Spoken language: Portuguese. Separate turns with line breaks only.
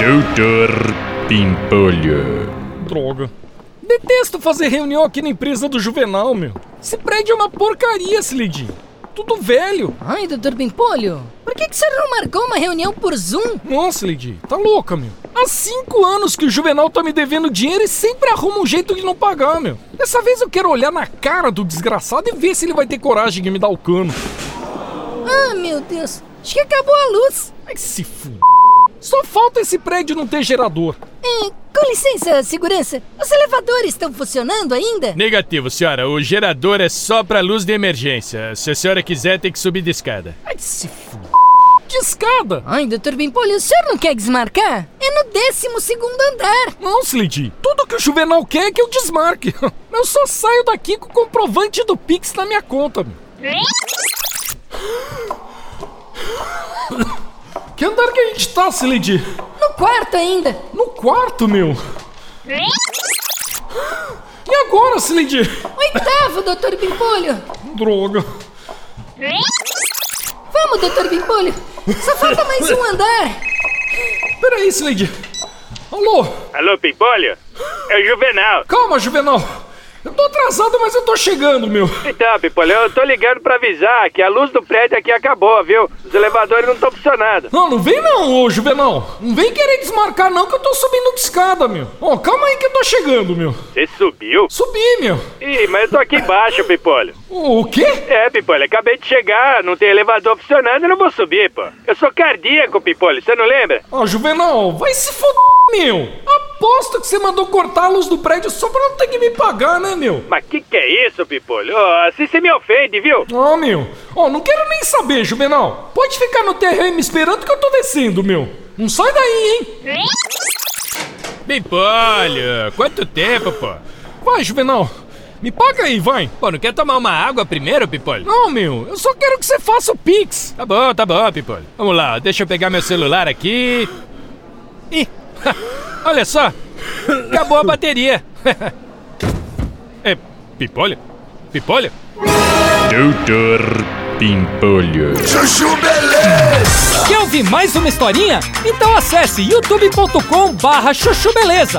Doutor Pimpolho.
Droga. Detesto fazer reunião aqui na empresa do Juvenal, meu. Esse prédio é uma porcaria, Slidinho. Tudo velho.
Ai, doutor Pimpolho, por que, que você não marcou uma reunião por Zoom?
Nossa, Lady, tá louca, meu. Há cinco anos que o Juvenal tá me devendo dinheiro e sempre arruma um jeito de não pagar, meu. Dessa vez eu quero olhar na cara do desgraçado e ver se ele vai ter coragem de me dar o cano.
Ah, meu Deus, acho que acabou a luz.
Ai, se f... Só falta esse prédio não ter gerador.
Hum, com licença, segurança, os elevadores estão funcionando ainda?
Negativo, senhora. O gerador é só pra luz de emergência. Se a senhora quiser, tem que subir de escada.
Ai, se f... De escada!
Ai, doutor Bimpolho, o senhor não quer desmarcar? É no décimo segundo andar.
Não, Slidi. Tudo que o Juvenal quer é que eu desmarque. Eu só saio daqui com o comprovante do Pix na minha conta. meu. Que andar que a gente tá, Slidi?
No quarto ainda.
No quarto, meu. E agora, Slidi?
Oitavo, doutor Bimpolho.
Droga.
Vamos, doutor Bimpolho. Só falta mais um andar.
Peraí, Slidi. Alô?
Alô, Pimpolho? É o Juvenal.
Calma, Juvenal. Eu tô atrasado, mas eu tô chegando, meu.
Então, Pimpolho, eu tô ligando pra avisar que a luz do prédio aqui acabou, viu? Os elevadores não estão funcionando.
Não, não vem não, ô Juvenal. Não vem querer desmarcar não que eu tô subindo de escada, meu. Ó, calma aí que eu tô chegando, meu.
Você subiu?
Subi, meu.
Ih, mas eu tô aqui embaixo, Pimpolho.
O, o quê?
É, Pimpolho, acabei de chegar, não tem elevador funcionando, eu não vou subir, pô. Eu sou cardíaco, Pimpolho, você não lembra?
Ó, Juvenal, vai se foder, meu. Aposto que você mandou cortar a luz do prédio só pra não ter que me pagar, né, meu?
Mas que que é isso, Pimpolho? Ó, assim você me ofende, viu?
Ó, meu. Ó, não quero nem saber, Juvenal. Pode ficar no terreno me esperando que eu tô descendo, meu. Não sai daí, hein?
Pimpolho, quanto tempo, pô?
Vai, Juvenal. Me paga aí, vai.
Pô, não quer tomar uma água primeiro, Pimpolho?
Não, meu. Eu só quero que você faça o Pix.
Tá bom, tá bom, Pimpolho. Vamos lá, ó, deixa eu pegar meu celular aqui. Ih, olha só. Acabou a bateria. é, Pimpolho? Pimpolho?
Doutor Pimpolho.
Quer ouvir mais uma historinha? Então acesse youtube.com barra chuchu beleza.